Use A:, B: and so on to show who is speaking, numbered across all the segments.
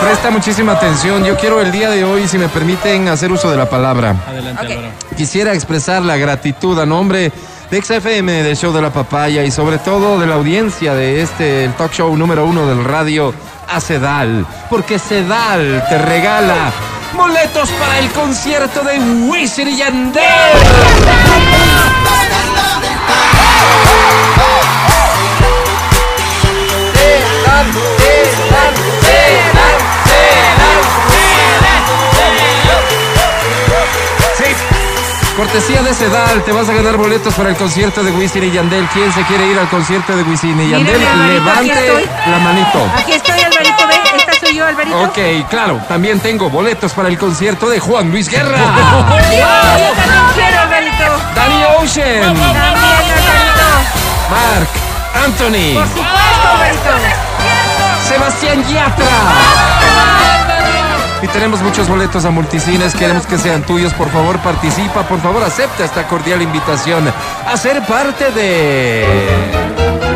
A: Presta muchísima atención. Yo quiero el día de hoy, si me permiten, hacer uso de la palabra.
B: Adelante,
C: Ok.
B: Álvaro.
A: Quisiera expresar la gratitud a nombre de XFM, del show de la papaya y sobre todo de la audiencia de este, el talk show número uno del radio, a Sedal. Porque Sedal te regala boletos para el concierto de Wisin y Yandel. Sí. Cortesía de Sedal, te vas a ganar boletos para el concierto de Wisin y Yandel. ¿Quién se quiere ir al concierto de Wisin y Yandel?
C: Mírame, Alvarito, aquí
A: Levante
C: estoy.
A: la manito.
C: Aquí estoy, Alvarito, ve, esta soy yo, Alvarito.
A: Ok, claro, también tengo boletos para el concierto de Juan Luis Guerra.
C: Dios, yo también quiero, Alvarito.
A: Danny Ocean,
C: También, Alvarito.
A: Mark, Anthony,
C: Por supuesto, Alvarito.
A: Sebastián Yatra. Y tenemos muchos boletos a multicines, queremos que sean tuyos. Por favor, participa, por favor, acepta esta cordial invitación a ser parte de.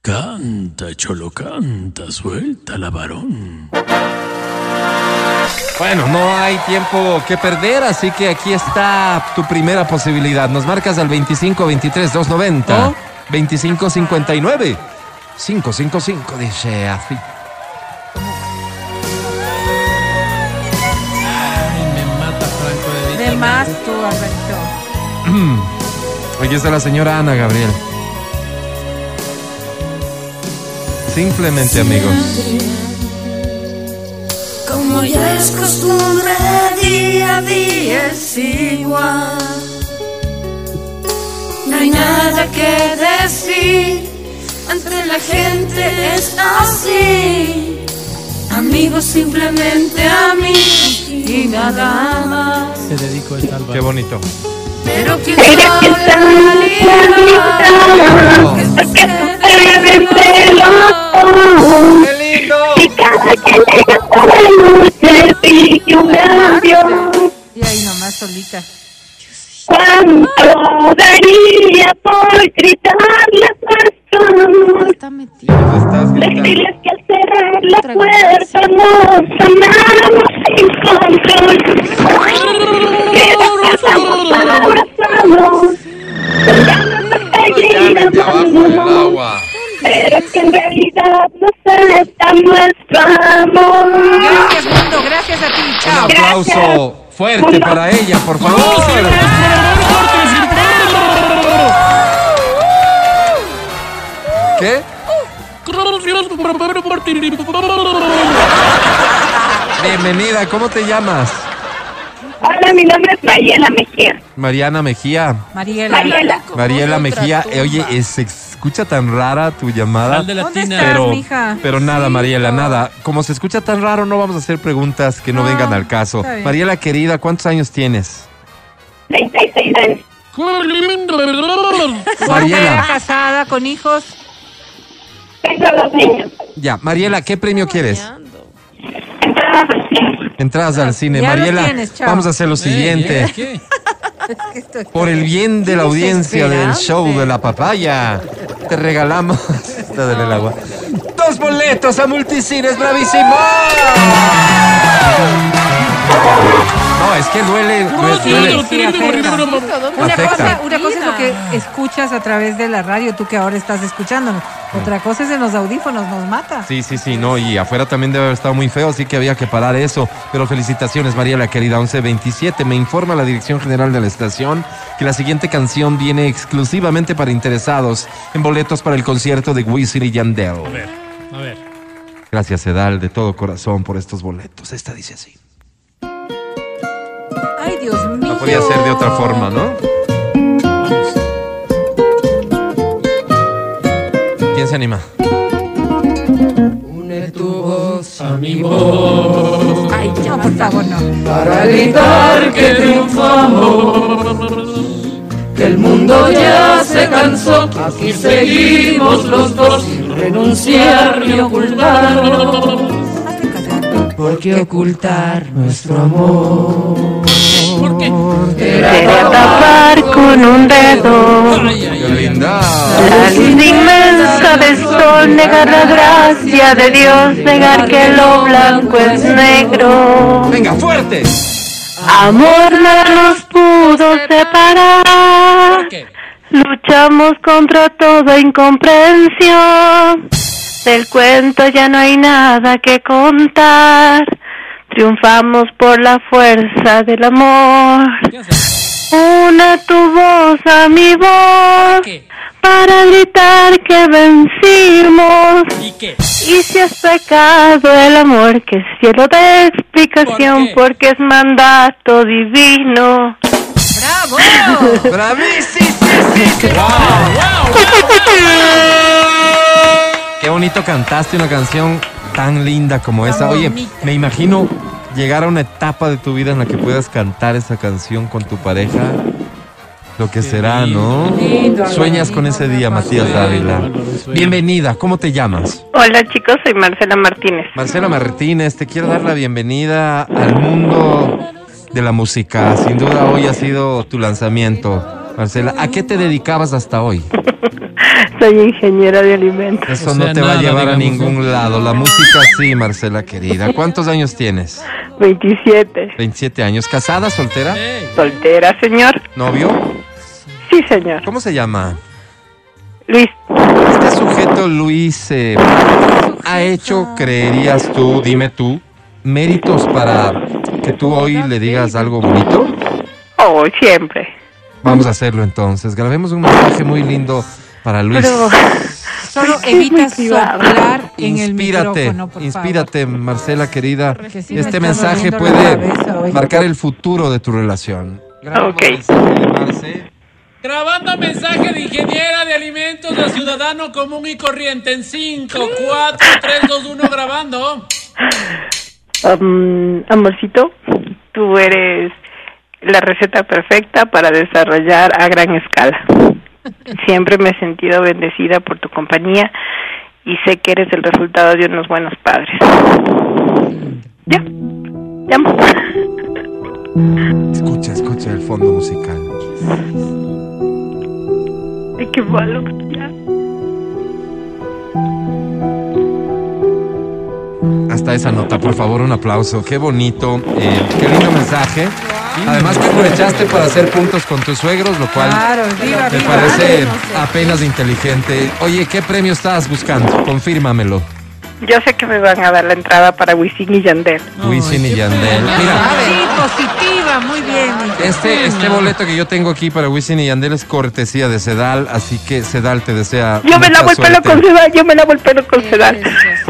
D: Canta, cholo, canta, suelta la varón.
A: Bueno, no hay tiempo que perder, así que aquí está tu primera posibilidad. Nos marcas al 25 23 290 25 59 555 dice así.
B: Me mata Franco de Vita.
C: De más tú, Alvarito.
A: Aquí está la señora Ana Gabriel. Simplemente amigos.
E: Como ya es costumbre, día a día es igual. No hay nada que decir, ante la gente es así. Amigos, simplemente amigos y nada más.
B: Te dedico a esta
A: Qué
B: Álvaro.
A: bonito.
E: Pero que son la realidad, que sucede en el reloj.
A: ¡Qué lindo!
C: Y ahí nomás solita.
F: ¿Cuánto daría por gritar la puerta?
C: Está metida.
A: Nos estás gritando.
F: Decirles que al cerrar la puerta nos amamos sin control. Que nos pasamos abrazados, colgando la caída cuando Pero que en realidad no está nuestro amor.
C: Gracias, mundo. Gracias a ti.
A: Un
C: Chao.
A: aplauso fuerte para ella, por favor. ¿Qué? Bienvenida, ¿cómo te llamas?
F: Hola, mi nombre es Mayela Mejía.
A: Mariana Mejía.
C: Mariela.
F: Mariela.
A: Mariela Mejía, eh, oye, eh, se escucha tan rara tu llamada.
B: Sal de la
C: ¿Dónde
B: tina.
C: estás?
A: Pero,
C: mija.
A: pero nada,
C: Ah, Sí,
A: Mariela,
C: no.
A: nada. Como se escucha tan raro, no vamos a hacer preguntas que no,
C: No,
A: vengan al caso.
C: está bien.
A: Mariela querida, ¿cuántos años tienes?
F: 36 años.
C: Soltera,
A: Mariela,
C: casada, con hijos.
F: Tengo dos niños.
A: ya, Mariela, ¿qué premio quieres?
F: Entradas al cine.
A: Entradas al cine.
C: Ya lo
A: Mariela,
C: tienes, chao.
A: vamos a hacer lo
B: Eh, ¿llegas
A: siguiente.
B: qué?
A: Por el bien de la
C: Qué
A: audiencia del
C: desesperante.
A: show de la papaya, te regalamos. Está del agua. Dos boletos a multicines, bravísimo. No, es que duele. duele- duele.
C: sí, afecta. Una
A: Afecta.
C: cosa, una cosa es lo que escuchas a través de la radio, tú que ahora estás escuchándonos. Otra cosa es en los audífonos, nos mata.
A: Mm. Sí, sí, sí, no, y afuera también debe haber estado muy feo, así que había que parar eso. Pero felicitaciones, María la querida, 1127. Me informa la Dirección General de la Estación que la siguiente canción viene exclusivamente para interesados en boletos para el concierto de Wisin y
B: A
A: Yandel.
B: ver, a ver.
A: Gracias, Edal, de todo corazón por estos boletos. Esta dice así.
C: Ay, Dios mío.
A: No podía ser de otra forma, ¿no?
B: Vamos.
A: ¿Quién se anima?
C: Ay, no, por favor, no.
E: que triunfamos, que el mundo ya se cansó y seguimos los dos sin renunciar ni ocultarlo,
C: Hazte callar.
E: porque ocultar nuestro amor
D: ¿Por qué?
E: era tapar con un dedo
D: Ay, ay,
A: Qué
D: ay.
A: linda.
E: la luz inmensa del sol, negar la gracia de Dios, negar que lo blanco es negro.
A: Venga, fuerte.
E: Amor no nos pudo separar.
D: ¿Por qué?
E: Luchamos contra toda incomprensión. Del cuento ya no hay nada que contar. Triunfamos por la fuerza del amor.
D: ¿Qué haces?
E: Una tu voz a mi voz
D: ¿Qué?
E: para gritar que vencimos.
D: ¿Y qué?
E: Y si has pecado el amor, que el cielo de explicación,
D: ¿Por
E: porque es mandato divino.
C: ¡Bravo!
A: Qué bonito cantaste una canción tan linda como esa. Oye,
C: bonita.
A: me imagino llegar a una etapa de tu vida en la que puedas cantar esa canción con tu pareja. Lo que será, ¿no?
C: lindo,
A: Sueñas con
C: lindo,
A: ese día,
C: Álvaro.
A: Matías Dávila.
B: Álvaro, sueño.
A: Bienvenida, ¿cómo te llamas?
E: Hola chicos, soy Marcela Martínez.
A: Marcela Martínez, te quiero dar la bienvenida al mundo de la música. Sin duda hoy ha sido tu lanzamiento. Marcela, ¿a qué te dedicabas hasta hoy?
E: Soy ingeniera de alimentos.
A: Eso
B: O sea,
A: no te va a
B: nada,
A: llevar a
B: digamos,
A: ningún
B: ¿no?
A: lado. La música sí, Marcela querida. ¿Cuántos años tienes?
E: 27.
A: 27 años. ¿Casada, soltera?
B: Ey,
E: Soltera, señor.
A: ¿Novio?
E: Sí, señor.
A: ¿Cómo se llama?
E: Luis.
A: Este sujeto, Luis, eh, ha hecho, creerías tú, dime tú, méritos para que tú hoy le digas algo bonito.
E: Oh, siempre.
A: Vamos a hacerlo entonces. Grabemos un mensaje muy lindo para Luis.
E: Pero
C: Solo
E: Ay, sí,
C: evita
E: muy privado.
C: soplar en el
A: Inspírate,
C: micrófono, por
A: inspírate, Marcela querida.
C: Que sí me
A: este
C: está
A: mensaje
C: doliendo la
A: puede
C: cabeza hoy.
A: marcar el futuro de tu relación. Grabemos
E: Ok.
A: el mensaje de Marce.
D: Grabando mensaje de ingeniera de alimentos a ciudadano común y corriente en 5, 4, 3, 2, 1, grabando.
E: Am, amorcito, tú eres la receta perfecta para desarrollar a gran escala. Siempre me he sentido bendecida por tu compañía y sé que eres el resultado de unos buenos padres. Ya, ya.
A: Escucha, escucha el fondo musical.
E: Ay, qué malo. ya.
A: Hasta esa nota, por favor, un aplauso. Qué bonito, eh, qué lindo mensaje. Además te aprovechaste para hacer puntos con tus suegros, lo cual
C: Claro, viva,
A: me
C: viva.
A: parece
C: No sé.
A: apenas inteligente. Oye, ¿qué premio estás buscando? Confírmamelo.
E: Yo sé que me van a dar la entrada para Wisin y Yandel.
A: Wisin y Yandel. Mira,
C: Sí, positiva, muy bien. mi hija.
A: Este, este boleto que yo tengo aquí para Wisin y Yandel es cortesía de Sedal, así que Sedal te desea.
E: Yo me
A: mucha
E: lavo el pelo
A: suerte.
E: con sedal, yo me lavo el pelo con sedal.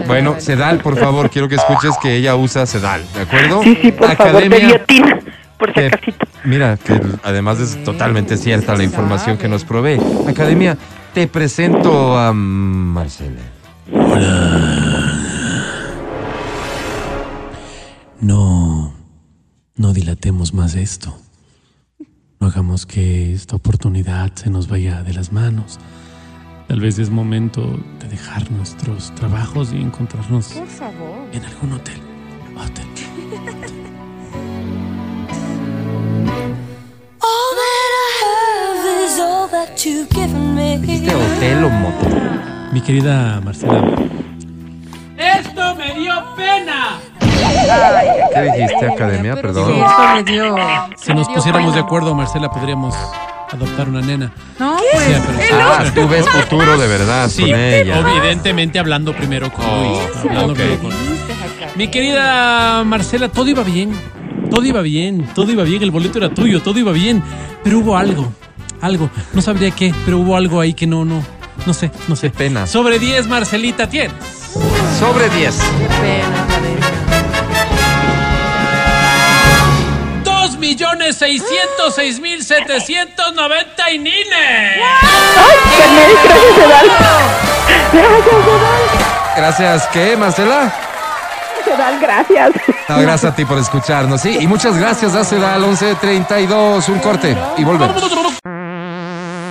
A: Bueno, Sedal, por favor, quiero que escuches que ella usa Sedal, ¿de acuerdo?
E: Sí, sí, por favor, de biotina, por si
A: que-
E: acasito.
A: mira, que además es totalmente cierta la información que nos provee. Academia, te presento a Marcela.
D: No, no dilatemos más esto. No hagamos que esta oportunidad se nos vaya de las manos. Tal vez es momento de dejar nuestros trabajos y encontrarnos en algún hotel. Hotel.
G: All that I have is all that you've given me.
A: ¿Dijiste hotel o motel?
D: Mi querida Marcela,
B: Esto me dio pena.
A: ¿Qué dijiste, Academia? Perdón.
C: Sí, eso me dio.
D: si nos pusiéramos de acuerdo, Marcela, podríamos adoptar una nena.
C: No,
D: O
C: pues.
D: sea, pero-
A: Ah, tú ves futuro de verdad
D: Sí,
A: con ella.
D: evidentemente hablando primero con
A: Oh,
D: Luis, hablando
A: ok.
D: primero con- Mi querida Marcela, todo iba bien. Todo iba bien, todo iba bien, el boleto era tuyo, todo iba bien, pero hubo algo, algo, no sabría qué, pero hubo algo ahí que no, no, no sé, no sé.
A: Qué pena.
D: Sobre 10, Marcelita, tienes.
A: Sobre 10.
D: Dos millones seiscientos seis mil setecientos noventa y nines.
A: Gracias, ¿qué, Marcela? gracias. No, gracias a ti por escucharnos, sí. Y muchas gracias a Sedal 1132. Un corte y volvemos.